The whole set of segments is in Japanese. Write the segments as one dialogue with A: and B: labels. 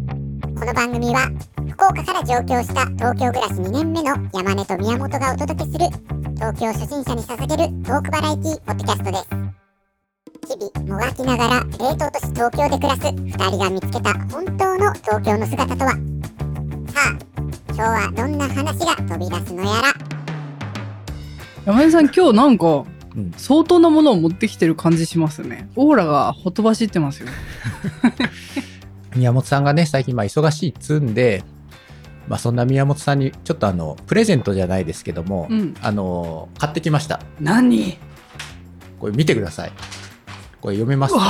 A: この番組は福岡から上京した東京暮らし2年目の山根と宮本がお届けする東京初心者に捧げるトークバラエティポッドキャストです日々もがきながら冷凍都市東京で暮らす2人が見つけた本当の東京の姿とはさあ今日はどんな話が飛び出すのやら
B: 山根さん今日なんか
C: うん
B: 相当なものを持ってきてる感じしますねオーラがほとばしってますよ
C: 宮本さんがね、最近まあ忙しいっつうんで、まあ、そんな宮本さんにちょっとあのプレゼントじゃないですけども、
B: うん
C: あの買ってきました
B: 何
C: これ見てくださいこれ読めます
B: うわ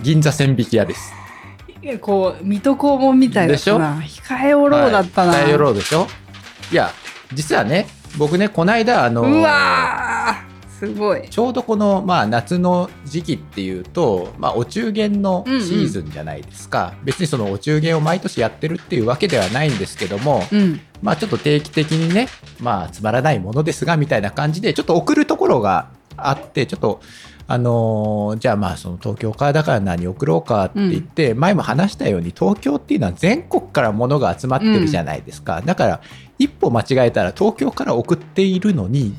C: 銀座千匹屋です
B: ーこう水戸黄門みたいだったな控えおろうだったな、
C: ダイヤローでしょいや実はね僕ねこの間あの
B: うわーすごい
C: ちょうどこの、まあ、夏の時期っていうと、まあ、お中元のシーズンじゃないですか、別にそのお中元を毎年やってるっていうわけではないんですけども、
B: うん
C: まあちょっと定期的にね、まあつまらないものですが、みたいな感じで、ちょっと送るところがあって、ちょっと、あのーじゃあまあその東京からだから何送ろうかって言って、前も話したように東京っていうのは全国から物が集まってるじゃないですか。だから一歩間違えたら東京から送っているのに、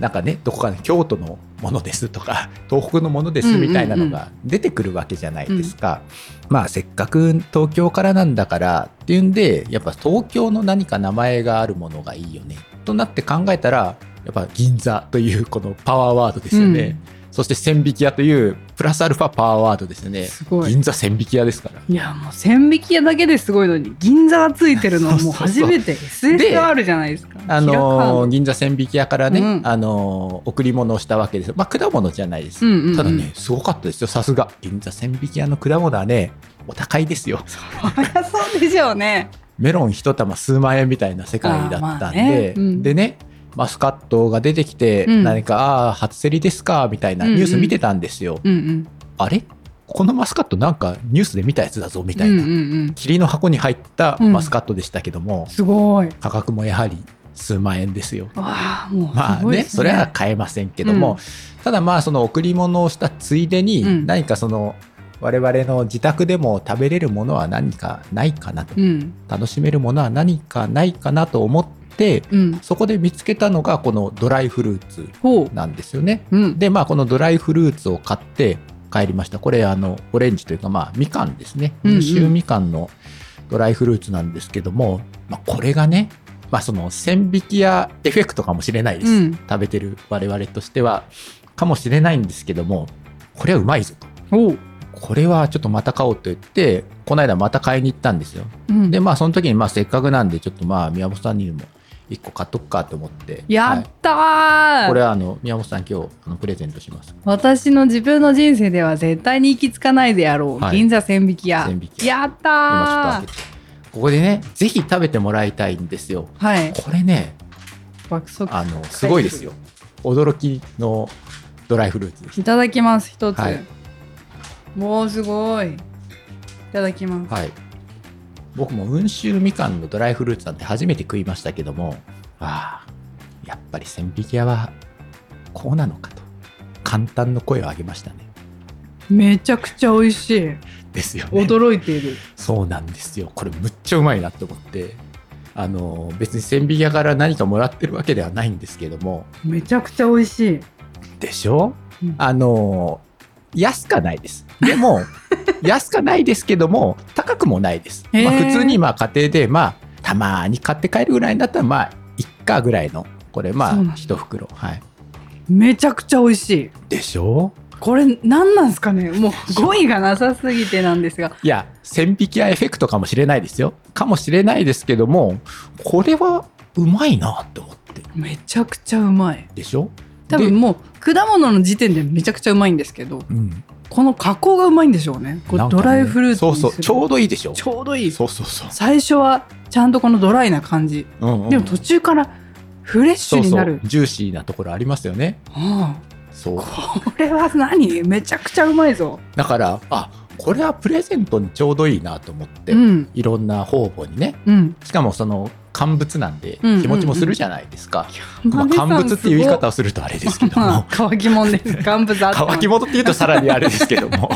C: なんかね、どこかの京都のものですとか、東北のものですみたいなのが出てくるわけじゃないですか。まあせっかく東京からなんだからっていうんでやっぱ東京の何か名前があるものがいいよねとなって考えたらやっぱ銀座というこのパワーワードですよね、そして千匹屋というプラスアルファパワーワードですよね
B: すごい
C: 銀座千匹屋ですから
B: いやもう千匹屋だけですごいのに銀座がついてるのはもう初めて SS があるじゃないですか平
C: あの
B: 川
C: ー銀座千匹屋からね、
B: うん
C: あのー贈り物をしたわけですよまあ果物じゃないです、
B: うんうんうん
C: た だねすごかったですよさすが銀座千匹屋の果物はねお高いですよ
B: そりゃそうでしょうね
C: メロン一玉数万円みたいな世界だっ
B: あ
C: たんで、
B: ーまあねうん
C: でねマスカットが出てきて、
B: うん
C: 何か「ああ初競りですか」みたいなニュース見てたんですよ。
B: うんうん
C: あれこのマスカットなんかニュースで見たやつだぞみた
B: う
C: い
B: ん
C: な、
B: うんうん
C: 霧の箱に入ったマスカットでしたけども、
B: すごい
C: 価格もやはり数万円ですよ。
B: わあもう
C: ますあ
B: ごい
C: ね
B: です
C: それは買えませんけども、
B: うん
C: ただまあその贈り物をしたついでに、
B: うん
C: 何かその我々の自宅でも食べれるものは何かないかなと
B: うん
C: 楽しめるものは何かないかなと思って
B: うん
C: そこで見つけたのがこのドライフルーツ
B: ほう
C: なんですよね。
B: うん
C: でまあこのドライフルーツを買って帰りましたこれあのオレンジというかまあみかんですね
B: うんうん
C: 温州みかんのドライフルーツなんですけども、まあ、これがねまあその線引きやエフェクトかもしれないです、
B: うん
C: 食べてる我々としてはかもしれないんですけどもこれはうまいぞと
B: おう
C: これはちょっとまた買おうと言ってこの間また買いに行ったんですよ
B: うん
C: でまあその時にまあせっかくなんでちょっとまあ宮本さんにも一個買っとくかと思って
B: や
C: は
B: ったー、
C: いこれはあの宮本さん今日あのプレゼントします
B: 私の自分の人生では絶対に行き着かないであろう、
C: はい
B: 銀座千匹屋
C: 千匹
B: やった
C: 今
B: ー
C: ちょっと開けてここでねぜひ食べてもらいたいんですよ
B: はい
C: これね
B: 爆速
C: あのすごいですよ驚きのドライフルーツです
B: いただきます一つ、
C: はい
B: もうすごいいただきます
C: はい僕も温州みかんのドライフルーツなんて初めて食いましたけどもああやっぱり千匹屋はこうなのかと簡単の声を上げましたね
B: めちゃくちゃ美味しい
C: ですよね
B: 驚いている、
C: そうなんですよ。これむっちゃうまいなって思って。あの別に千匹屋から何かもらってるわけではないんですけども
B: めちゃくちゃ美味しい
C: でしょ、
B: うん
C: あの安かないですでも 安かないですけども高くもないです、まあ
B: へー
C: 普通にまあ家庭でまあたまに買って帰るぐらいだったらまあいっかぐらいのこれま
B: そうな
C: あ
B: んだ
C: 一袋はい
B: めちゃくちゃ美味しい
C: でしょ
B: これ何なんですかねもう語彙がなさすぎてなんですが
C: いや千匹屋エフェクトかもしれないですよかもしれないですけどもこれはうまいなって思って
B: めちゃくちゃうまい
C: でしょ
B: 多
C: で
B: 分もう果物の時点でめちゃくちゃうまいんですけど
C: うん
B: この加工がうまいんでしょうねこれ
C: なんか
B: ド
C: ね
B: ライフルーツ
C: そう
B: にす
C: そ
B: る
C: うちょうどいいでしょ
B: ちょうどいい
C: そうそうそう、
B: 最初はちゃんとこのドライな感じ
C: うんうん
B: でも途中からフレッシュになる
C: そうそうジューシーなところありますよね
B: あ
C: そう
B: あこれは何めちゃくちゃうまいぞ
C: だからあこれはプレゼントにちょうどいいなと思って、
B: うん
C: いろんな方々にね
B: うん
C: しかもその乾物なんで
B: うんうんうん
C: 日持ちもするじゃないですか、ま
B: 山
C: あ、
B: 根さん
C: 乾物っていう言い方
B: す
C: をするとあれですけ
B: ごい
C: ど
B: まあ
C: も
B: 乾きもんです乾物あっても
C: 乾き物っていうとさらにあれですけ ども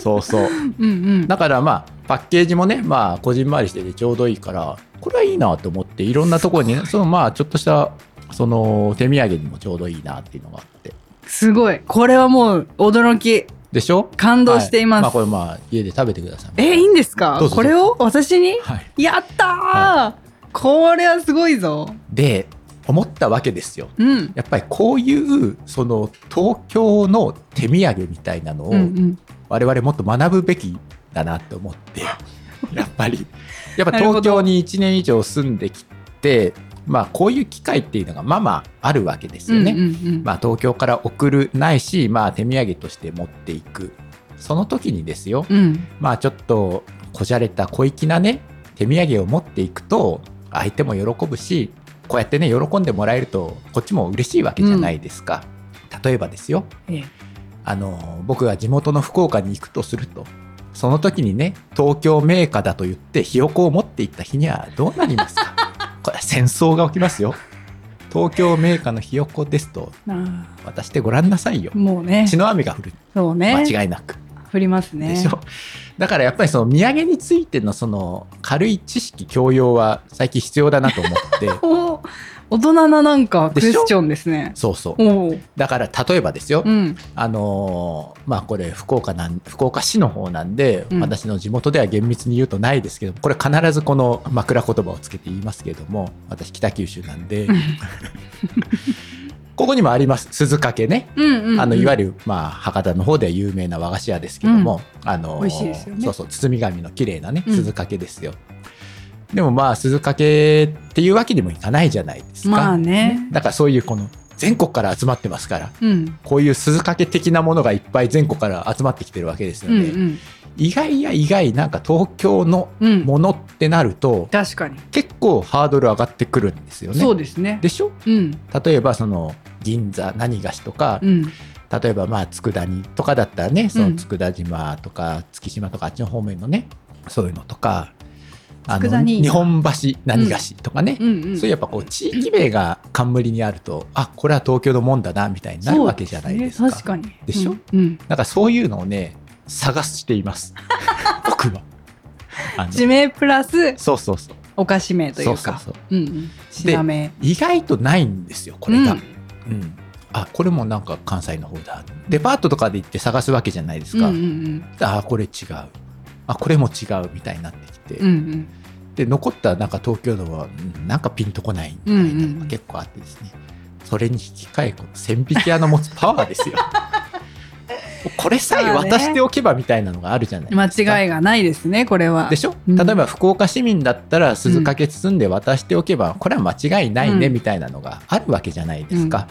C: そうそう
B: うんうん
C: だからまあパッケージもねまあこじんまりしててちょうどいいからこれはいいなと思っていろんなところにねそのまあちょっとしたその手土産にもちょうどいいなっていうのがあって
B: すごいこれはもう驚き
C: でしょ
B: 感動しています、
C: はいまあ、これまあ家で食べてください
B: えいいんですか
C: どうぞ
B: これを私に
C: はい、
B: やったー、
C: は
B: これはすごいぞ
C: で思ったわけですよ
B: うん
C: やっぱりこういうその東京の手土産みたいなの
B: う
C: を
B: んうん
C: 我々もっと学ぶべきだなと 思って、やっぱりやっぱ
B: なるほど
C: 東京に1年以上住んできてまあこういう機会っていうのがまあまああるわけですよね、
B: うんうんうん
C: まあ、東京から送るないし、まあ、手土産として持っていくその時にですよ、
B: うん
C: まあちょっとこじゃれた小粋なね手土産を持っていくと相手も喜ぶしこうやってね喜んでもらえるとこっちも嬉しいわけじゃないですか、例えばですよ
B: ええ
C: あの僕が地元の福岡に行くとするとその時にね東京名家だと言ってひよこを持っていった日にはどうなります かこれは戦争が起きますよ東京名家のひよこですと
B: あ
C: 渡してごらんなさいよ
B: ーもうね
C: 血の雨が降る
B: そうね
C: 間違いなく
B: 降りますね
C: でしょ、だからやっぱりその土産についてのその軽い知識教養は最近必要だなと思って
B: お大人ななんかク
C: でしょ
B: エスチョンですね
C: そうそう
B: おお
C: だから例えばですよ、
B: うん
C: あのーまあこれ福岡なん福岡市の方なんで、
B: うん
C: 私の地元では厳密に言うとないですけどこれ必ずこの枕言葉をつけて言いますけども私北九州なんでここにもあります鈴懸ね
B: うんうんうん
C: あのいわゆる、まあ、博多の方では有名な和菓子屋ですけども、あの
B: 美味しいですよね
C: そうそう包み紙の綺麗なね
B: うん
C: 鈴掛けですよ、でもまあ鈴掛けっていうわけにもいかないじゃないですか、
B: まあね
C: だからそういうこの全国から集まってますから
B: うん
C: こういう鈴掛け的なものがいっぱい全国から集まってきてるわけですよ
B: うんう
C: ね、
B: ん
C: 意外や意外なんか東京の
B: うん
C: ものってなると、
B: 確かに
C: 結構ハードル上がってくるんですよね
B: そうですね
C: でしょ
B: うん
C: 例えばその銀座何菓子とか、
B: うん
C: 例えばまあ佃煮とかだったらねそ
B: うん
C: の佃島とか月島とかあっちの方面のねそういうのとかあ
B: 佃
C: の
B: 煮
C: 日本橋何菓子とかね、
B: うんうん
C: そういうやっぱこう地域名が冠にあるとあこれは東京のもんだなみたいになるわけじゃないです
B: そう
C: か
B: ね確かに
C: でしょ
B: うんうん
C: なんかそういうのをね探しています 僕はあの
B: 地名プラス
C: そうそうそう
B: お菓子名とい
C: そう
B: う
C: そう
B: か
C: そう
B: うんうん品名
C: 意外とないんですよこれが、
B: うん
C: うんあこれもなんか関西の方だデパートとかで行って探すわけじゃないですか、
B: うんうん
C: あーこれ違うあこれも違うみたいになってきて、
B: うんうん
C: で残ったなんか東京のはうんなんかピンとこないみたいなのが結構あってですね、それに引き換えこの千匹屋の持つパワーで すよこれさえ渡しておけばみたいなのがあるじゃない
B: 間
C: ですか、
B: 違いがないですねこれは
C: でしょ、
B: うん
C: 例えば福岡市民だったら鈴掛け包んで渡しておけば、これは間違いないねみたいなのがあるわけじゃないですか、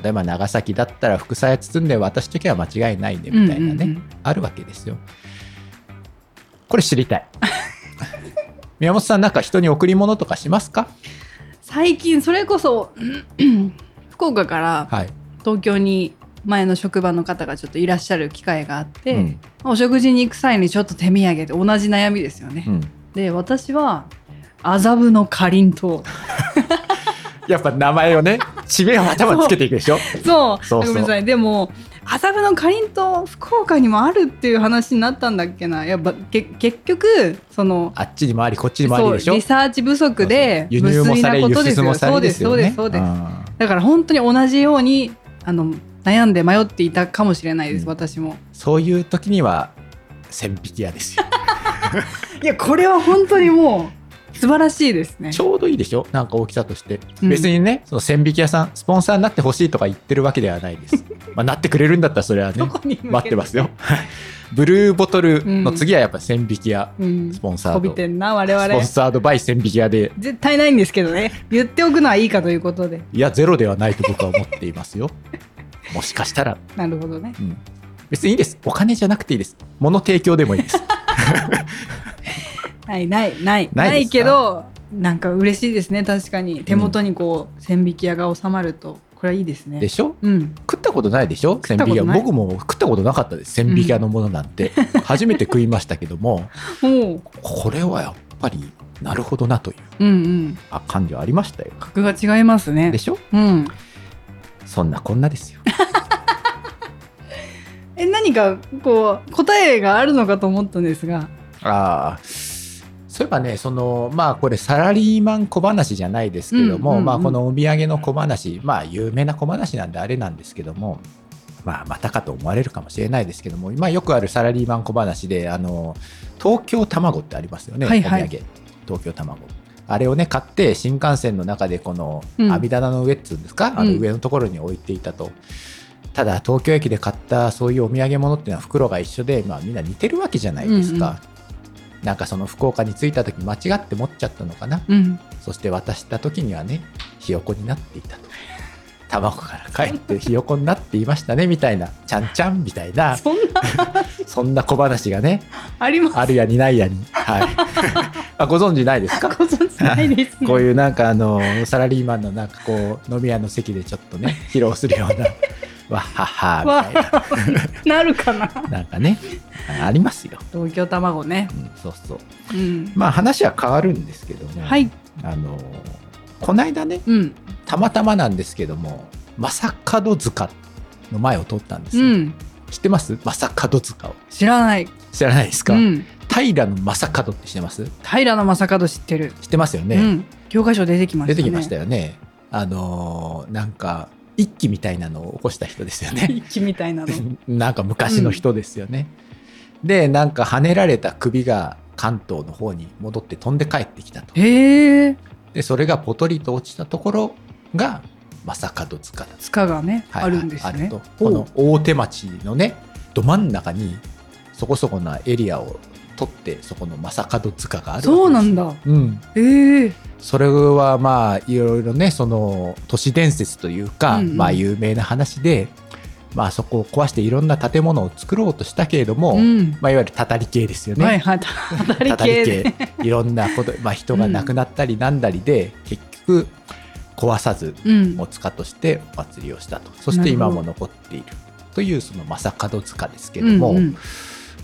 C: 例えば長崎だったら副菜包んで渡しておけば間違いないねみた
B: う
C: いなね、
B: んうんうん
C: あるわけですよ。これ知りた い。宮本さん、なんか人に贈り物とかしますか
B: 最近それこそ うん福岡から
C: はい。
B: 東京に前の職場の方がちょっといらっしゃる機会があって、
C: うん
B: お食事に行く際にちょっと手土産って同じ悩みですよね、
C: うん
B: で私は麻布のかりんとう
C: やっぱ名 前をね、地名を頭につけていくでしょ。
B: そう
C: そうそ
B: ご
C: う
B: めんなさいでも麻布のかりんとう福岡にもあるっていう話になったんだっけなやっぱけ結局その
C: あっちに回り、こっちに回
B: そ
C: り
B: う
C: でしょ。
B: リサーチ不足で
C: そうそう輸入もされ、
B: 無
C: 輸
B: 粋
C: 出もさ
B: そ
C: れ
B: うで
C: ですす
B: そ
C: よ
B: うです
C: ね。
B: そうです、
C: うん
B: だから本当に同じようにあの悩んで迷っていたかもしれないです、
C: うん
B: 私も
C: そういう時には、千匹 屋ですよ。
B: いやこれは本当にもう素晴らしいですね
C: ちょうどいいでしょなんか大きさとして。
B: うん
C: 別にね、その千匹屋さん、スポンサーになってほしいとか言ってるわけではない です。まあ、なってくれるんだったらそれはね
B: ど、こに向け
C: 待ってますよ。ブルーボトルの次はやっぱ千匹屋、
B: うん
C: スポンサー
B: こ
C: ド。
B: びてんな我
C: スポン
B: 々
C: サードバイ千匹屋で、
B: 絶対ないんですけどね言っておくのはいいかということで
C: いや、ゼロではないと僕は思っていますよ。もしかしたら、
B: なるほどね
C: うん別にいいです。お金じゃなくていいです。物提供でもいいです。
B: ないないない
C: ないですか
B: けどなんか嬉しいですね確かに手元にこう、線引き屋が収まるとここれはいいですね
C: でしょ
B: うん
C: 食ったことないでしょ
B: っ
C: 千
B: たこと
C: 匹
B: ない
C: 屋僕も食ったことなかったです千匹屋のものなんて、初めて食いましたけども
B: おう
C: これはやっぱりなるほどなとい
B: う
C: う
B: んうん
C: あ感情ありましたよ
B: 格が違いますね
C: でしょ
B: うん
C: そんなこんなですよ
B: え何かこう答えがあるのかと思ったんですが
C: ああそういえばねそのまあこれサラリーマン小話じゃないですけども、
B: うんうんうん
C: まあ、このお土産の小話まあ有名な小話なんであれなんですけどもまあまたかと思われるかもしれないですけども、まあ、よくあるサラリーマン小話であの東京卵ってありますよね、
B: はいはい
C: お土産東京卵あれをね買って新幹線の中でこの
B: うん
C: 網棚の上っつうんですか、あ
B: う
C: の
B: ん
C: 上のところに置いていたと。ただ東京駅で買ったそういうお土産物っていうのは袋が一緒で、まあ、みんな似てるわけじゃないですか、なんかその福岡に着いた時間違って持っちゃったのかな
B: うん
C: そして渡した時にはねひよこになっていたと 卵から帰ってひよこになっていましたねみたいなちゃんちゃんみたいな
B: そんな
C: そんな小話がね
B: あります
C: あるやにないやに、はい、 あご存知ないですか
B: ご存知ないですね
C: こういうなんかあのサラリーマンのなんかこう飲み屋の席でちょっとね披露するようなわっはっはみたいな
B: なるかな
C: なんかねありますよ、
B: 東京卵ね
C: うん、そうそう
B: うん
C: まあ話は変わるんですけども、
B: はい
C: あのこないだね
B: うん
C: たまたまなんですけども正門塚の前を通ったんです
B: う
C: よ、
B: ん
C: 知ってます正門塚を
B: 知らない
C: 知らないです
B: う
C: か、
B: ん
C: 平の正門って知ってます
B: 平野正門知ってる
C: 知ってますよね、
B: うん教科書出てきました
C: 出
B: ね
C: てきましたよねあのーなんか一揆みたいなのを起こした人です よね
B: 一気みた いなの
C: なんか昔の人ですよね、でなんか跳ねられた首が関東の方に戻って飛んで帰ってきたと
B: へえ
C: でそれがポトリと落ちたところが正門塚だと
B: 塚がね
C: はい
B: あるんです
C: ある
B: ね
C: と
B: ほ
C: こ
B: う
C: の大手町のねど真ん中にそこそこなエリアを取ってそこの正門塚があるわけです
B: そうなんだ
C: うん
B: ええ
C: それはまあいろいろねその都市伝説というか、
B: うんうん
C: まあ有名な話でまあそこを壊していろんな建物を作ろうとしたけれども、
B: うん
C: まあいわゆるたたり系ですよね、
B: はいはいたたり
C: たたり
B: 系で
C: 系いろんなこと、まあ、人が亡くなったりなんだりで、結局壊さず
B: うん
C: もう塚としてお祭りをしたとそして今も残っているというその正門塚ですけども、
B: うんうん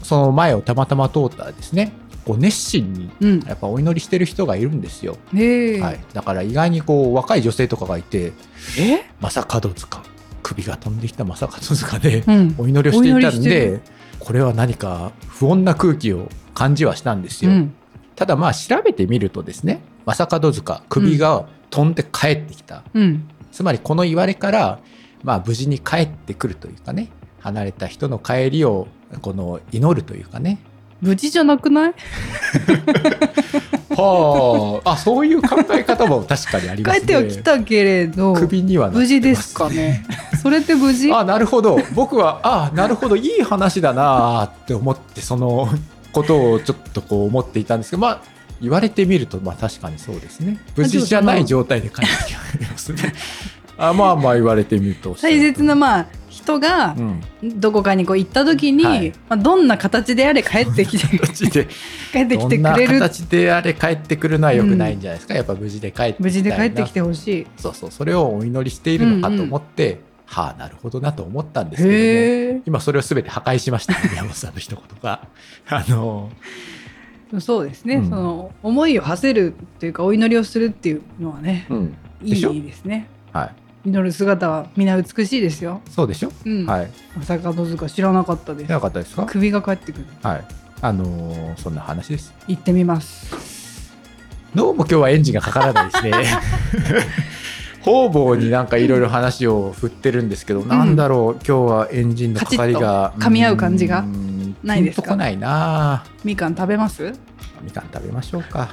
C: その前をたまたま通ったらですねこう熱心に
B: うん
C: やっぱお祈りしてる人がいるんですよ、
B: へえ
C: はい、だから意外にこう若い女性とかがいて
B: え
C: 「正門塚首が飛んできた正門塚」で
B: うん
C: お祈りをしていたん
B: お祈りして
C: でこれは何か不穏な空気を感じはしたんです
B: う
C: よ、
B: ん
C: ただまあ調べてみるとですね正門塚首が飛んで帰ってきた、
B: うん
C: つまりこの言われから、まあ、無事に帰ってくるというかね離れた人の帰りをこの祈るというかね。
B: 無事じゃなくない
C: は あ、あそういう考え方も確かにあります
B: 帰っ
C: ね。
B: ては来たけれど
C: 首にはなってます
B: 無事ですかね。それって無事
C: あなるほど僕はあなるほどいい話だなって思ってそのことをちょっとこう思っていたんですけどまあ言われてみるとまあ確かにそうですね無事じゃない状態で帰ってきます ね。あまあまあ言われてみると
B: 大切な、まあ、人が
C: うん、
B: どこかにこう行った時に、
C: はい
B: まあ、どんな形であれ帰って きて
C: どっちで
B: 帰ってきてく
C: どんな
B: れる
C: 形であれ帰ってくるのは良くないんじゃないですか、やっぱ無事で帰ってきたいな
B: 無事で帰ってきてほしい。
C: そうそうそれをお祈りしているのかと思って、はあなるほどなと思ったんですけどね
B: へえ
C: 今それを全て破壊しましたね宮本さんの一言 が。あの
B: そうですね、
C: うん
B: その思いを馳せるというかお祈りをするっていうのはね
C: うん
B: い
C: でしょ
B: いですね
C: はい、
B: 祈る姿は皆美しいですよ、
C: そうでしょ、
B: うん
C: はい
B: まさかのずか知らなかったで
C: 知
B: す
C: らなかったですか
B: 首が返ってくる
C: はいあのーそんな話です
B: 行ってみます
C: どうも今日はエンジンがかからないですね 方々になんかいろいろ話を振ってるんですけど、なんだろう今日はエンジンのかかりが
B: カチッと噛み合う感じが
C: うーん
B: ないですか
C: ピンとこないな
B: みかん食べます
C: みかん食べましょうか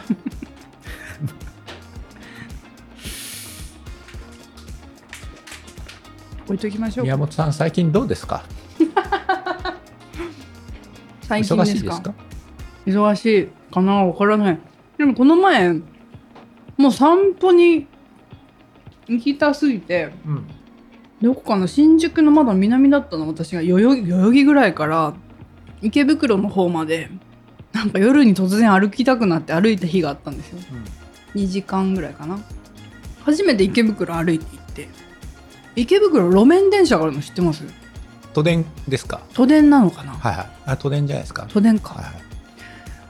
B: 置いときましょう
C: 宮本さん最近どうですか
B: 最近
C: 忙
B: で
C: しい
B: す
C: です
B: か
C: か
B: 忙しいかなわからないでもこの前もう散歩に行きたすぎて
C: うん
B: どこかな新宿のまだ南だったの私が代々木代々木ぐらいから池袋の方までなんか夜に突然歩きたくなって歩いた日があったんですよ2時間ぐらいかな初めて池袋歩いて行って池袋路面電車があるの知ってます
C: 都電ですか
B: 都電なのかな、
C: はいはいあ都電じゃないですか
B: 都電か、
C: はいはい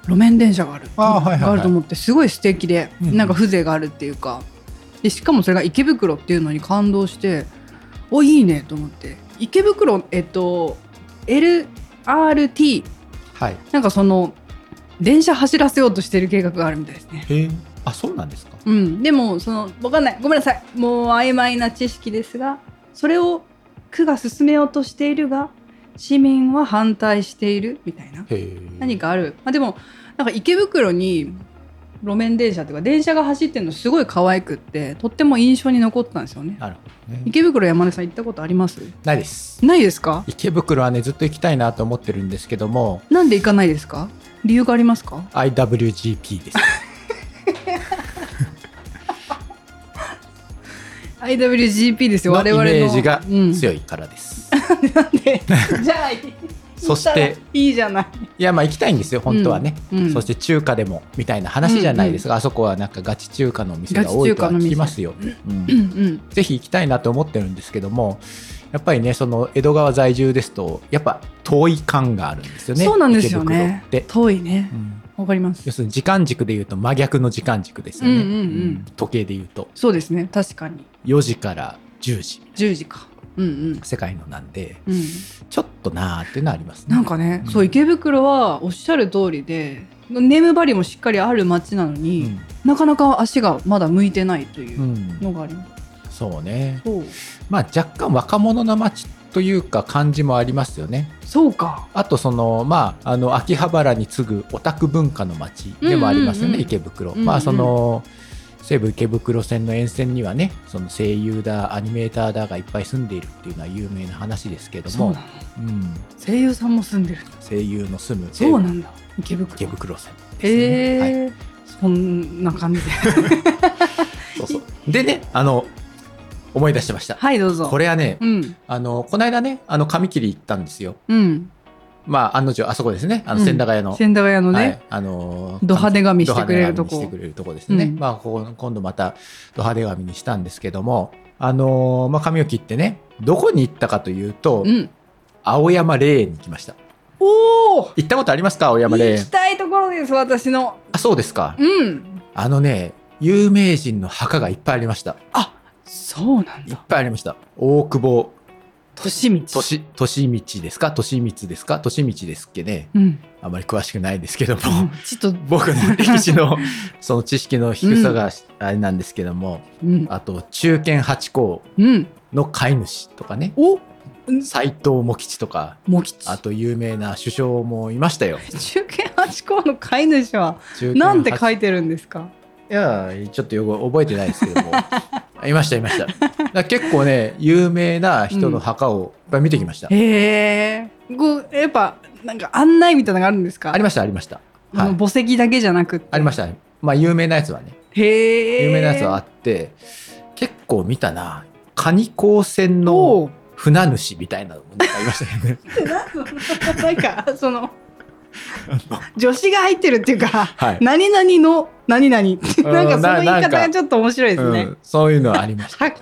B: 路面電車がある
C: あーはいはいはい
B: があると思ってすごい素敵で、
C: うん
B: なんか風情があるっていうかでしかもそれが池袋っていうのに感動しておいいねと思って池袋えっと LRT
C: はい
B: なんかその電車走らせようとしてる計画があるみたいですね
C: へえあそうなんですか
B: うんでもそのわかんないごめんなさいもう曖昧な知識ですがそれを区が進めようとしているが市民は反対しているみたいな
C: へえ
B: 何かある、まあ、でもなんか池袋に路面電車というか電車が走ってるのすごい可愛くってとっても印象に残ったんですよね
C: なるほどね
B: 池袋山根さん行ったことあります
C: ないです
B: ないですか
C: 池袋はねずっと行きたいなと思ってるんですけども
B: なんで行かないですか理由がありますか
C: IWGP です
B: IWGP ですよ
C: の
B: 我々の
C: イメージが強
B: い、
C: いから です、
B: うん、なんでじゃあいい
C: そし て
B: 行ったらいいじゃない
C: いやまあ行きたいんですよ本当はね、
B: うんうん
C: そして中華でもみたいな話じゃないですが、あそこはなんかガチ中華のお店が多いとは聞きますよ、うん
B: うんうん
C: ぜひ行きたいなと思ってるんですけどもやっぱりねその江戸川在住ですとやっぱ遠い感があるんですよね
B: そうなんですよね
C: 池袋って、
B: 遠いね
C: うん
B: わかります
C: 要するに時間軸でいうと真逆の時間軸ですよ
B: う
C: ね、
B: んうんうん
C: 時計でいうと
B: そうですね確かに
C: 4時から10時
B: 10時かうん
C: 世界のなんで
B: うんうん
C: ちょっとなーっていうのはありますね
B: なんかね、
C: うん
B: そう池袋はおっしゃる通りで眠張りもしっかりある街なの
C: う
B: に、
C: ん、
B: なかなか足がまだ向いてないといううんのがあります、
C: そうね
B: そう
C: まあ若干若者の街というか感じもありますよね
B: そうか
C: あとそのまああの秋葉原に次ぐオタク文化の街でもありますよね、
B: うんうんうん
C: 池袋、
B: うんうん
C: まあその西武池袋線の沿線にはねその声優だアニメーターだがいっぱい住んでいるっていうのは有名な話ですけど
B: そう
C: も
B: なの
C: うん、
B: 声優さんも住んでる
C: 声優の住む西
B: そう
C: 武
B: なんだ池袋
C: 池袋線です
B: え
C: ね、はい
B: ーそんな感じで
C: そうそうでねあの思い出してました
B: はいどうぞ
C: これはね
B: うん
C: あのこの間ねあの髪切り行ったんですよ
B: うん
C: まあ案の定あそこですねあ
B: う
C: の
B: ん
C: 千駄ヶ谷の、
B: 千駄ヶ谷のね、
C: はい、あのー
B: ド派手髪してくれるとこ
C: ド派手髪にしてくれるとこですね。
B: うん
C: まあ、ここ、今度また、ド派手髪にしたんですけども、あのーまあ、髪を切ってね、どこに行ったかというと、
B: うん
C: 青山霊園に来ました。
B: おお
C: 行ったことありますか青山霊
B: 行き
C: 園。
B: たいところです私の
C: あ、そうですか。
B: うん
C: あのね、有名人の墓がいっぱいありました。
B: そうなん
C: いっ
B: だ
C: ぱいありました。大久保、
B: 都市道
C: とし、としみちですかとしみちですかとしみちですっけね。
B: うん
C: あまり詳しくないですけども。
B: ちょっと
C: 僕の歴 史の、その知識の低さがあれなんですけども、
B: うん
C: あと中堅八高
B: うん
C: の飼い主とかね
B: お
C: 斎藤茂吉とか
B: もきち
C: あと有名な首相もいましたよ
B: 中堅八高の飼い主は
C: 中堅八
B: なんて書いてるんですか
C: いやちょっとよく覚えてないですけど もいましたいましただから結構ね有名な人の墓をいっぱい見てきました、
B: へえこうやっぱなんか案内みたいなのがあるんですか
C: ありましたありました、
B: あの
C: はい、
B: 墓石だけじゃなくて
C: ありましたまあ有名なやつはね
B: へえ
C: 有名なやつはあって結構見たなカニ高専の
B: おう
C: 船主みたいなのもなんかいました よね
B: なんかその女子が入ってるっていうか
C: はい
B: 何々の何々って
C: うん
B: なんかその言い
C: なな
B: 方
C: んか
B: がちょっと面白いですね
C: うん、そういうのはありました
B: は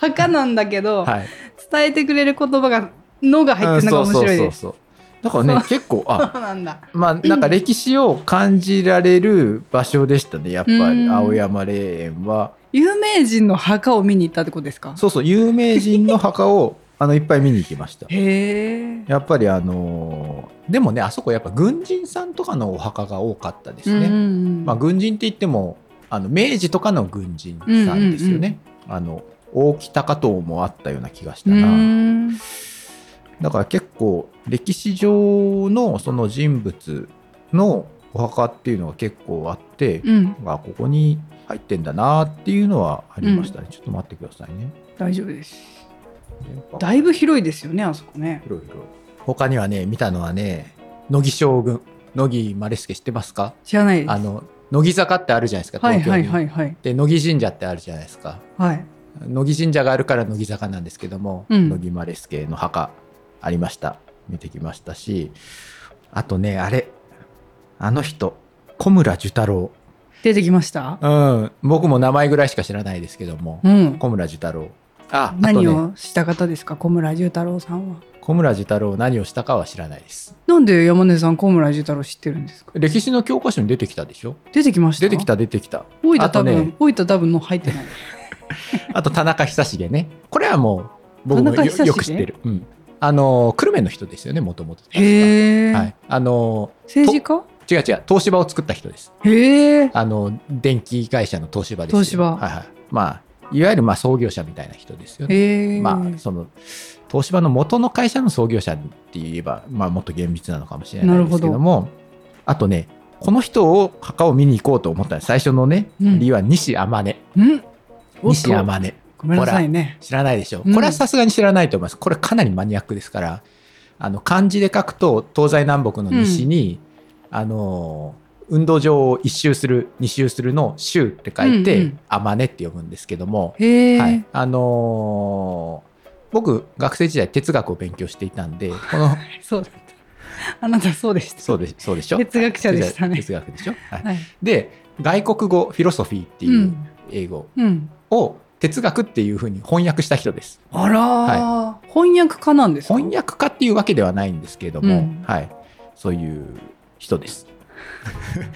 B: 墓なんだけ ど、
C: はい
B: 伝えてくれる言葉が「の」が入ってるのが面白いです。
C: うんそうそうそうそうだからね結構あ
B: そうなんだ。
C: まあなんか歴史を感じられる場所でしたねやっぱ
B: う
C: り
B: ん
C: 青山霊園は
B: 有名人の墓を見に行ったってことですか
C: そうそう有名人の墓を あのいっぱい見に行きました
B: へえ。
C: やっぱりあのーでもねあそこやっぱ軍人さんとかのお墓が多かったです
B: うん
C: ね、
B: うんうん
C: まあ、軍人って言ってもあの明治とかの軍人さんですよね、あの大木高藤もあったような気がした
B: う
C: な、
B: ーん
C: だから結構歴史上のその人物のお墓っていうのが結構あって、
B: うん、
C: あここに入ってんだなっていうのはありましたね、ちょっと待ってくださいね
B: 大丈夫です。だいぶ広いですよね、あそこね。
C: 広い広い他にはね見たのはね乃木将軍乃木丸助知ってますか
B: 知らないです。
C: あの乃木坂ってあるじゃないですか
B: はい
C: 東京に、
B: はいはいはい。
C: で乃木神社ってあるじゃないですか
B: はい。
C: 乃木神社があるから乃木坂なんですけども、
B: うん
C: 乃木マレスケの墓ありました見てきましたしあとねあれあの人小村寿太郎、
B: 出てきました
C: うん、僕も名前ぐらいしか知らないですけども、
B: うん。
C: 小村寿太郎ああと
B: 何
C: ね
B: をした方ですか小村寿太郎さんは
C: 小村寿太郎何をしたかは知らないです
B: なんで山根さん小村寿太郎知ってるんですか
C: 歴史の教科書に出てきたでしょ
B: 出てきました
C: 出てきた出てきた
B: 大分
C: あと
B: 多分、
C: ね
B: 大分多分の入って ない
C: あと田中久重ねこれはもう僕も
B: 田
C: よ
B: 中久重
C: よく知ってる、うん、あの久留米の人ですよねもともと
B: へえ、
C: はい、あの
B: 政治家
C: 違う違う東芝を作った人です
B: へえ
C: あの電気会社の東芝ですよ
B: 東芝
C: はいはいまあいわゆるまあ創業者みたいな人ですよね
B: へえ
C: まあその東芝の元の会社の創業者って言えば、まあ、もっと厳密なのかもしれないですけどもあとねこの人を墓を見に行こうと思った最初のね
B: うん
C: 理由は西天音、
B: うんおっ
C: 西天
B: と
C: 音
B: ごめんなさいね
C: 知らないでしょ
B: うん
C: これはさすがに知らないと思います、これかなりマニアックですからあの漢字で書くと東西南北の西に、あの運動場を一周する二周するの「周」って書い
B: うんう
C: て
B: ん
C: 「天音って読むんですけども、
B: へえ、
C: はい、あのー僕学生時代哲学を勉強していたんでこ の
B: そうだったあなたそうでした
C: そうでそうでしょ
B: 哲学者でしたね
C: 哲学でしょ、はい
B: はい
C: で外国語フィロソフィーっていう英語
B: うん、うん、
C: を哲学っていうふうに翻訳した人です
B: あらー、翻訳家なんですか
C: 翻訳家っていうわけではないんですけれども、
B: うん
C: はい、そういう人です。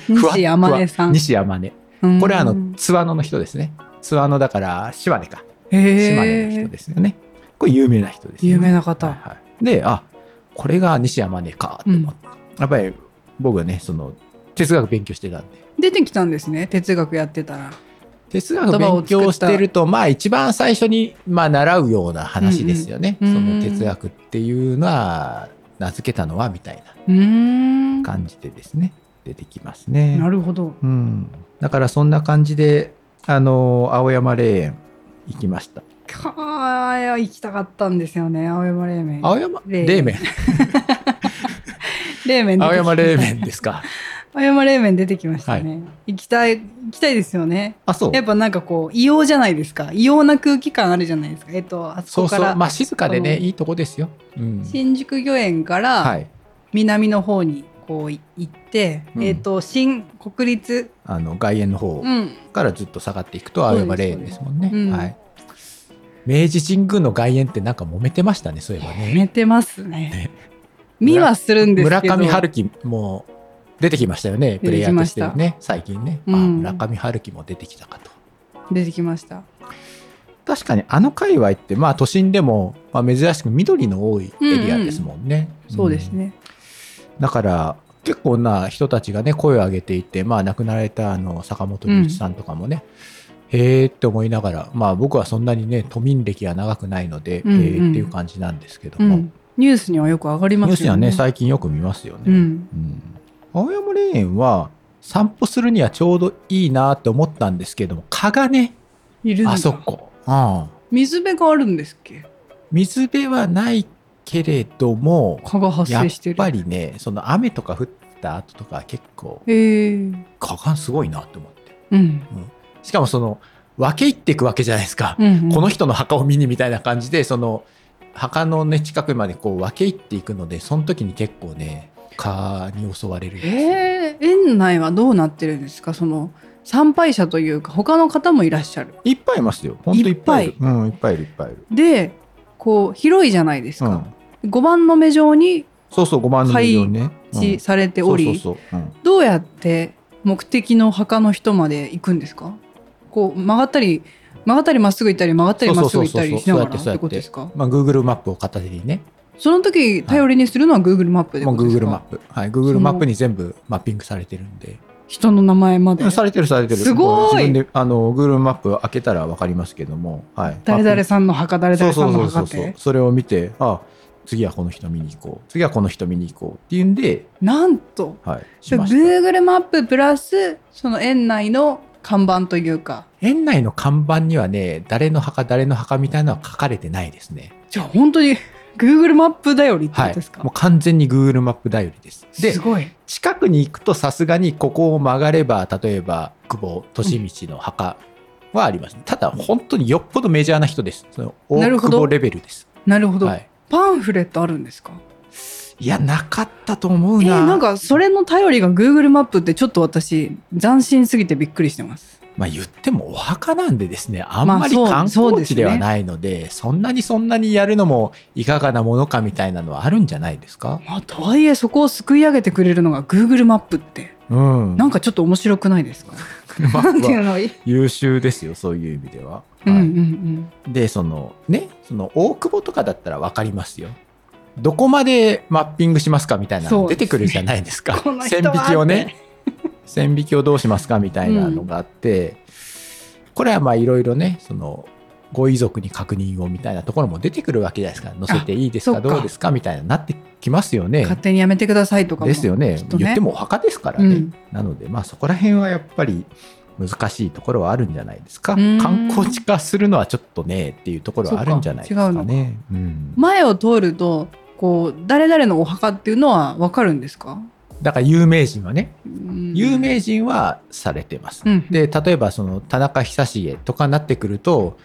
B: 西山根さ
C: ふわふわ
B: ん
C: 西山根。
B: うん
C: これはあの津和野の人ですね。津和野だから島根か。
B: へ
C: 島根の人
B: え
C: ですよね。これ有名な人です、ね。
B: 有名な方、
C: はいはい。で、あこれが西山根かと思って、やっぱり僕はね、その哲学勉強してたんで。
B: 出てきたんですね哲学やってたら
C: 哲学勉強してると、まあ一番最初に、まあ、習うような話ですよね。
B: うんうんうんうん
C: その哲学っていうのは、名付けたのはみたいな。
B: うーんな
C: 感じでですね出てきますね、
B: るほど
C: うん、だからそんな感じであの青山霊園行きました
B: かーい行きたかったんですよね青山冷麺
C: 青山
B: 霊園
C: 冷麺
B: 冷麺出てき
C: 青山冷麺で すか
B: 青山冷麺出てきましたね、行きたい行きたいですよね
C: あそう
B: やっぱなんかこう異様じゃないですか異様な空気感あるじゃないですかえっとあそ
C: そう
B: こか
C: そ
B: ら
C: うまあ静かでね
B: その
C: いいとこですよ、うん、
B: 新宿御苑か
C: は
B: ら
C: い
B: 南の方にこうい行って、
C: うん
B: えっと新国立
C: あの外苑の方
B: うん
C: からずっと下がっていくと青山霊園ですもんね、
B: そうですそうですうん
C: はい明治神宮の外苑ってなんか揉めてましたねそういえばね
B: 寝てますね
C: ね
B: 見はするんです
C: 村
B: けど
C: 上春樹も出てきましたよねプレイヤーとして
B: 出てき
C: ね最近ね、
B: う
C: あ
B: ん
C: 村上春樹も出てきたかと
B: 出てきました
C: 確かにあの界隈ってまあ都心でも、まあ、珍しく緑の多いエリアですもんね、
B: そうですね、
C: うんだから結構な人たちがね声を上げていてまあ亡くなられたあの坂本龍一さんとかもね、へえって思いながらまあ僕はそんなにね都民歴は長くないので、
B: うんうん
C: へえっていう感じなんですけど
B: うん
C: も、
B: ニュースにはよく上がり
C: ニュ
B: ます
C: ースに
B: よ
C: は
B: ね
C: ね最近よく見ますよね、
B: うん
C: うん青山霊園は散歩するにはちょうどいいなって思ったんですけども蚊がね
B: いるんだ
C: あそこ、うん、
B: 水辺があるんですっけ
C: 水辺はないけれども
B: 蚊が発
C: やっ
B: 生してる
C: ぱりねその雨とか降った後とかは結構
B: へえー、
C: 蚊がすごいなと思って
B: うん、
C: しかもその分け入っていくわけじゃないですか、
B: うんうん
C: この人の墓を見にみたいな感じでその墓のね近くまでこう分け入っていくのでその時に結構ね蚊に襲われるんですよ
B: えー、園内はどうなってるんですかその参拝者というか他の方もいらっしゃる
C: いっぱいいますよほんといっぱいいるうんいっぱいいるいっぱいいる、
B: でこう広いじゃないです
C: う
B: か、
C: ん、
B: 五番の目状に
C: そうそう5万の以上ね
B: 置
C: っ
B: されており、
C: そうそうそう、うん
B: どうやって目的の墓の人まで行くんですかこう曲がったり曲がったりまっすぐ行ったり曲がったりまっすぐ行ったりしながらってことですか
C: まあ Google マップを片手にね
B: その時頼りにするのは Google マップで
C: もう
B: ことですか
C: Google マップ。はい。
B: そ
C: Google
B: の
C: マップに全部マッピングされてるんで。
B: 人の名前まで
C: されてるされてる。
B: すごい
C: もう自分で、あの、Google マップ開けたらわかりますけども。はい。
B: 誰々
C: さ
B: さんの墓誰々さんの墓
C: そうそ
B: っ
C: うそうそうそう
B: て。
C: それを見て、あ、次はこの人見に行こう。次はこの人見に行こうっていうんで、
B: なんと
C: はい。しました。
B: Google マッププラスその園内の看板というか
C: 園内の看板にはね、誰の墓、誰の墓みたいなのは書かれてないですね。
B: じゃあ本当に Google マップ頼りってこ
C: は
B: と
C: い
B: です。か、、
C: もう完全に Google マップ頼りです。です
B: ごい
C: 近くに行くとさすがにここを曲がれば例えば久保利通の墓はあります、ただ本当によっぽどメジャーな人ですその大
B: なる
C: 久
B: ほど
C: 保レベルです
B: なるほど、
C: はい、
B: パンフレットあるんですか
C: いやなかったと思う
B: え
C: な,、
B: ーなんかそれの頼りが Google マップってちょっと私斬新すぎてびっくりしてます。
C: まあ、言ってもお墓なんでですねあんまり観
B: そうそう
C: 光
B: です
C: 地
B: ね
C: ではないので,、そんなにそんなにやるのもいかがなものかみたいなのはあるんじゃないですか、
B: まあ、とはいえそこをすくい上げてくれるのが Google マップって
C: うん、
B: なんかちょっと面白くない ですか、
C: まあ
B: なんていうの、い
C: 優秀ですよそういう意味では。
B: うんう
C: はい
B: ん
C: でそのねその大久保とかだったら分かりますよ。どこまでマッピングしますかみたいな
B: そ
C: の
B: う
C: 出
B: ですね
C: てくるじゃないですか
B: この人
C: 線
B: は
C: 引きをね線引きをどうしますかみたいなのがあって、これはまあいろいろねそのご遺族に確認をみたいなところも出てくるわけじゃないですか載せていいです
B: そ
C: か
B: っか
C: どうですかみたいななってきますよ
B: うん
C: ね。
B: 勝手にやめてくださいとかも
C: ですよね
B: きっとね
C: 言ってもお墓ですからね、
B: うん
C: なのでまあそこら辺はやっぱり難しいところはあるんじゃないですか
B: うん
C: 観光地化するのはちょっとねっていうところはあるんじゃないですかねうん
B: 前を通るとこう誰々のお墓っていうのはわかるんですか、
C: だから有名人はね
B: うん
C: 有名人はされてます、
B: うん
C: で例えばその田中久重とかになってくると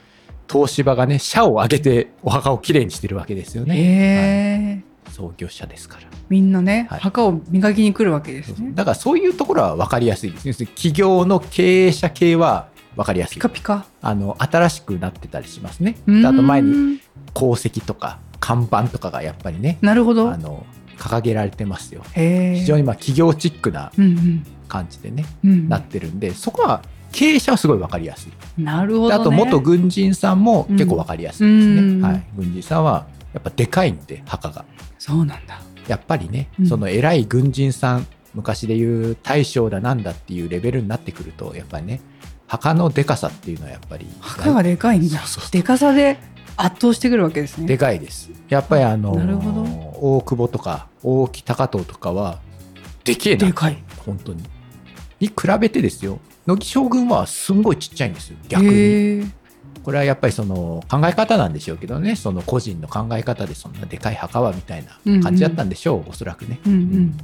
C: 東芝がね社を挙げてお墓をきれいにしてるわけです
B: へ
C: よね
B: え、
C: 創業者ですから
B: みんなね、
C: はい
B: 墓を磨きに来るわけですね
C: だからそういうところは分かりやすいですね企業の経営者系は分かりやすい
B: ピカピカ
C: あの新しくなってたりしますね。
B: うーん
C: あと前に功績とか看板とかがやっぱりね
B: なるほど
C: あの掲げられてますよ。
B: へえ
C: 非常にまあ企業チックな
B: うん
C: 感じでね、
B: うんうん
C: なってるんでそこは経営者はすごい分かりやすい。
B: なるほど、
C: で
B: ね、
C: あと元軍人さんも結構分かりやすいですね。
B: うん
C: はい、軍人さんはやっぱでかいんで墓が。
B: そうなんだ
C: やっぱりね、
B: うん
C: その偉い軍人さん昔でいう大将だなんだっていうレベルになってくるとやっぱりね墓のでかさっていうのはやっぱり
B: 墓がでかいんだ
C: そうそう
B: でかさで圧倒してくるわけですね
C: でかいです。やっぱりあの
B: なるほど
C: 大久保とか大木高藤とかはでけえな
B: でかい
C: 本当に。に比べてですよ乃木将軍はすんごいちっちゃいんですよ逆に。
B: へえ
C: これはやっぱりその考え方なんでしょうけどねその個人の考え方でそんなでかい墓はみたいな感じだったんでしょう、おそらくね。
B: うん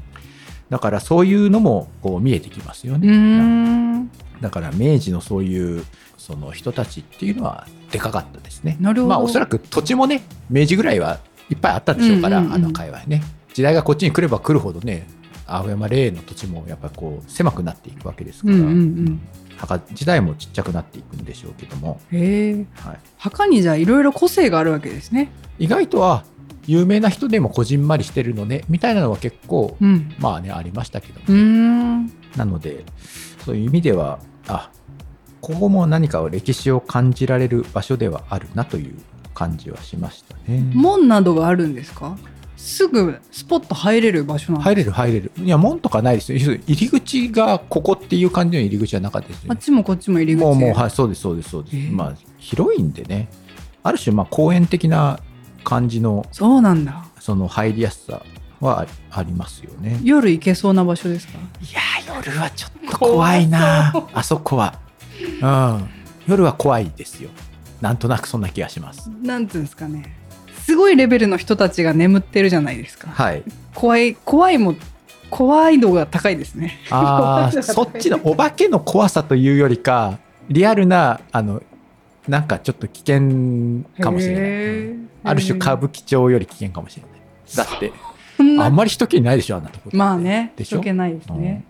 C: だからそういうのもこう見えてきますよ
B: うんう
C: ね。
B: ーん
C: だから明治のそういうその人たちっていうのはでかかったですね。
B: なるほど
C: まあおそらく土地もね明治ぐらいはいっぱいあったでしょうから、
B: うんうんうん
C: あの界隈ね。時代がこっちに来れば来るほどね青山霊園の土地もやっぱりこう狭くなっていくわけですから、
B: うんうんうん
C: 墓時代もちっちゃくなっていくんでしょうけども、
B: へえ
C: は
B: 墓にじゃあいろいろ個性があるわけですね
C: い、意外とは有名な人でもこじんまりしてるのねみたいなのは結構、
B: うん
C: まあねありましたけど
B: うーん
C: なのでそういう意味ではあここも何かを歴史を感じられる場所ではあるなという感じはしましたね。
B: 門などがあるんですかすぐスポッと入れる場所なん
C: 入れる入れるいや門とかないですよ要するに入り口がここっていう感じの入り口はなかったです
B: あ
C: よ
B: っちもこっちも入り口
C: もうもうはいそうですそうですそうです、
B: えー
C: まあ広いんでねある種まあ公園的な感じの
B: そうなんだ
C: その入りやすさはありありますよね
B: 夜行けそうな場所ですか
C: いやー夜はちょっと怖いなあそこは、うん、夜は怖いですよなんとなくそんな気がします
B: なんていうんですかねすごいレベルの人たちが眠ってるじゃないですか
C: はい
B: 怖い怖いも怖い度が高いですね
C: あ ーそっちのお化けの怖さというよりかリアルなあのなんかちょっと危険かもしれない、うんある種歌舞伎町より危険かもしれないだって
B: 伎
C: あんまり人気ないでしょあんなとこって
B: まあね
C: でしょ
B: 解けないですね、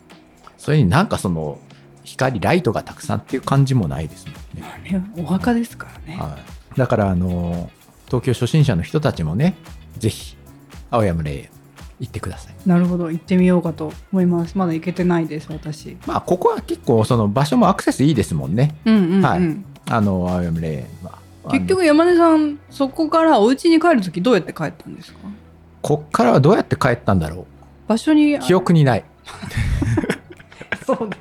C: それになんかその光ライトがたくさんっていう感じもないですもんね
B: まあねお墓ですからね、
C: はい、だからあの東京初心者の人たちもねぜひ青山霊園行ってください
B: なるほど行ってみようかと思いますまだ行けてないです私
C: まあここは結構その場所もアクセスいいですもんね
B: うんうん、うん
C: はいあの青山霊園はあの
B: 結局山根さんそこからお家に帰る時どうやって帰ったんですか
C: こっからはどうやって帰ったんだろ
B: 場所に
C: う記憶にない
B: そう だ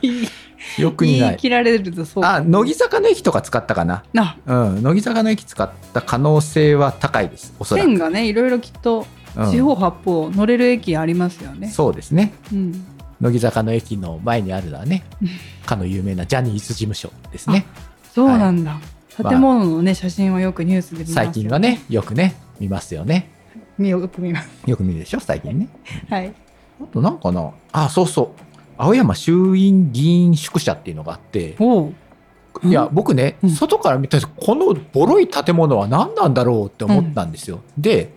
B: 言い
C: 記憶にな
B: 言い
C: い
B: 切られるとそう
C: あ乃木坂の駅とか使ったかな
B: な
C: うん乃木坂の駅使った可能性は高いですおそらく、
B: 線がねいろいろきっと
C: うん
B: 四方八方乗れる駅ありますよね。
C: そうですね
B: うん、
C: 乃木坂の駅の前にあるのはね
B: うん
C: かの有名なジャニーズ事務所ですね
B: そうなんだ。
C: まあ
B: 建物のね写真はよくニュースで見ます。
C: 最近はねよくね見ますよね
B: 見よく見ます。
C: よく見るでしょ最近ね
B: はい。
C: あとなんかなあそうそう青山衆院議員宿舎っていうのがあって
B: おお。
C: いや僕ね、
B: うん
C: 外から見たらこのボロい建物は何なんだろうって思ったんですよ、で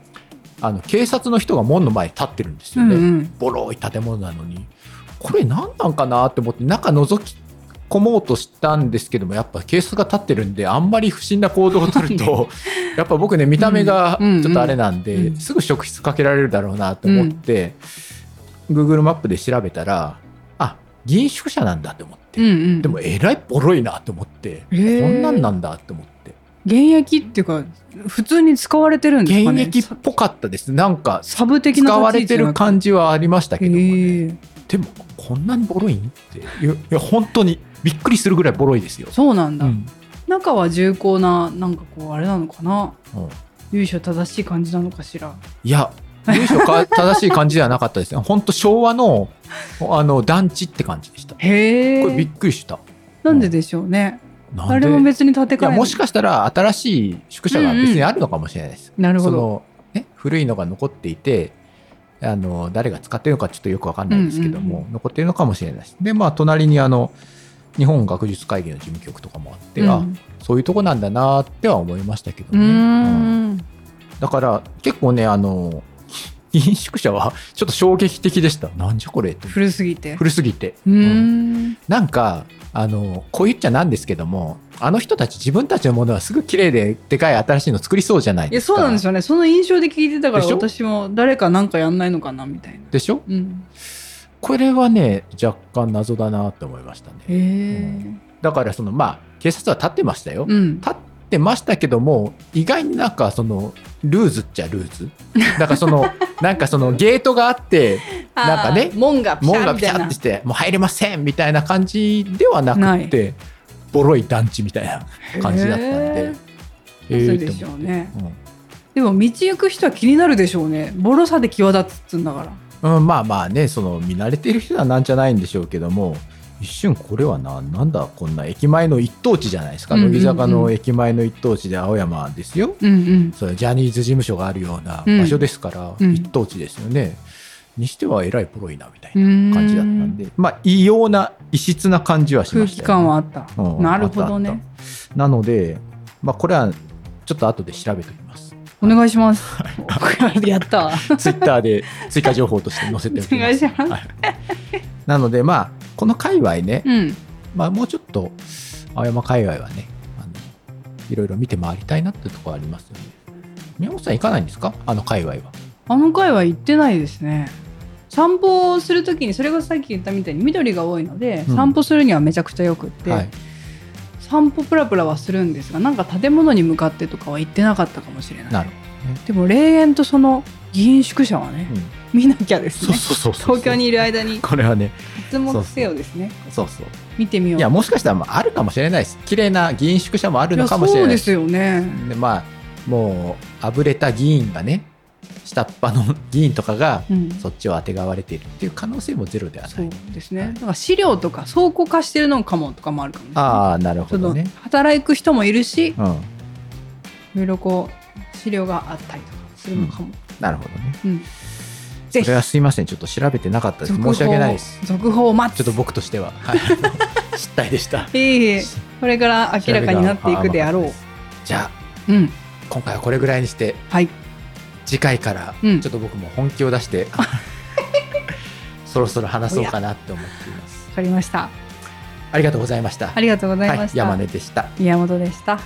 C: あの警察の人が門の前に立ってるんで
B: う
C: すよ
B: ん
C: ね、
B: うん。
C: ボロい建物なのにこれ何なんかなって思って中覗き込もうとしたんですけどもやっぱケースが立ってるんであんまり不審な行動を取ると やっぱ僕ね見た目が
B: うんうんうん
C: ちょっとあれなんで、
B: うん
C: すぐ職質かけられるだろうなと思って、Google マップで調べたらあ議員宿舎なんだと思って、
B: うんうん
C: でもえらいボロいなと思って、
B: へー
C: こんなんなんだと思って
B: 現役っていうか普通に使われてるんです
C: 現
B: かね
C: 役っぽかったですなんか
B: サブ的
C: 使
B: な
C: われてる
B: 感
C: 感じはありましたけどもね、
B: へえ
C: でもこんなにボロいんっていやいや本当にびっくりするぐらいボロいですよ。
B: そうなん
C: う
B: だ、
C: ん
B: 中は重厚ななんかこうあれなのかな
C: うん
B: 由緒正しい感じなのかしら
C: いや、由緒か正しい感じではなかったです ね。本当昭和のあの団地って感じでした。こ
B: へ
C: れびっ
B: え
C: くりした。
B: なんででしょうね、
C: なんで
B: あれも別に建て替
C: い
B: え
C: や
B: ない
C: もしかしたら新しい宿舎が別にあるのかもしれないです。
B: なるほ
C: そ
B: ど
C: のね古いのが残っていて。あの誰が使ってるのかちょっとよくわかんないですけども、
B: うんうん
C: 残ってるのかもしれないです。でまあ隣にあの日本学術会議の事務局とかもあって、あ
B: うん
C: そういうとこなんだなっては思いましたけど
B: う
C: ね。うん
B: ーん
C: だから結構ねあの 飲食者はちょっと衝撃的でした。なんじゃこれって
B: 古すぎて
C: 古すぎて。
B: うー
C: うん
B: ん
C: なんかあのこう言っちゃなんですけどもあの人たち自分たちのものはすぐ綺麗ででかい新しいの作りそうじゃない
B: いや
C: ですか。
B: そうなんですよねその印象で聞いてたから
C: でしょ
B: 私も誰かなんかやんないのかなみたいな
C: でしょ
B: うん
C: これはね若干謎だなって思いました
B: へ
C: ね。
B: え
C: だからそのまあ警察は立ってましたよ。
B: うん
C: 立ってましたけども意外になんかそのルーズっちゃルーズ。 だからそのなんかそのゲートがあってなんかね
B: あー門がピシ
C: 門
B: ャ
C: が
B: み
C: ピ
B: たい
C: ャ
B: な
C: ってしてもう入れませんみたいな感じではなくてボロい団地みたいな感じだったん
B: へ
C: で
B: ー。そうでしょうね
C: と思って
B: でも道行く人は気になるでしょうねボロさで際立つっつうんだから
C: うんうんまあまあねその見慣れてる人はなんじゃないんでしょうけども一瞬これはななんだこんな駅前の一等地じゃないですか、
B: うんうんうん
C: 乃木坂の駅前の一等地で青山ですよ
B: うんうん
C: それジャニーズ事務所があるような場所ですから、
B: うんうん
C: 一等地ですよねにしてはえらいボロいなみたいな
B: 感
C: 感じだったんで、まあ異様な異質な感じはしま
B: 空
C: した
B: 気
C: よね
B: 感はあった、
C: うん
B: なるほど
C: あった
B: ね
C: あったなので、まあ、これはちょっと後で調べておき ます。
B: お願いし ますやったわ
C: ツイッターで追加情報として載せておき
B: お
C: ま
B: 願い
C: す。
B: します
C: はいなので、まあ、この界隈ね、
B: うん
C: まあ、もうちょっと青山界隈はねあの、いろいろ見て回りたいなっていうところありますよね。宮本さん行かないんですかあの界隈は。
B: あの回は行ってないですね散歩をするときにそれがさっき言ったみたいに緑が多いので、
C: うん
B: 散歩するにはめちゃくちゃよくって、
C: はい、
B: 散歩プラプラはするんですがなんか建物に向かってとかは行ってなかったかもしれない
C: なる
B: でも霊園とその議員宿舎はね、
C: うん
B: 見なきゃですね
C: そうそう
B: 東京にいる間に
C: これはね、
B: 質問せよですね
C: そうそう。
B: 見てみよう
C: いや、もしかしたらまああるかもしれないです。綺麗な議員宿舎もあるのかもしれな
B: やそう
C: いで
B: ですすよね
C: でまあもうあぶれた議員がね下っ端の議員とかが
B: うん
C: そっちをあてがわれているっていう可能性もゼロではな
B: そう
C: い。
B: ですね、
C: はい
B: だから資料とか倉庫化してるのかもとかもあるかもね
C: ああなる
B: ちょ
C: ほ
B: っ
C: ど
B: と
C: ね。
B: 働く人もいるしい
C: うん、
B: ろいろこう資料があったりとかするのかも、
C: なるほどね。
B: うんぜ
C: そ
B: ひ
C: れはすいませんちょっと調べてなかったです。申し訳ないです。
B: 続報を待つ
C: ちょっと僕としては、はい、 失態でした。
B: いえいえこれから明らかになっていくであろ
C: 調
B: う
C: べが甘かったですじゃあ
B: うん
C: 今回はこれぐらいにして
B: はい
C: 次回からち
B: う
C: ょっ
B: ん
C: と僕も本気を出 して、そろそろ話そうかなって思っています。
B: わかりました
C: ありがとうございました。
B: ありがとうございました、
C: はい、山根でした。
B: 宮本でした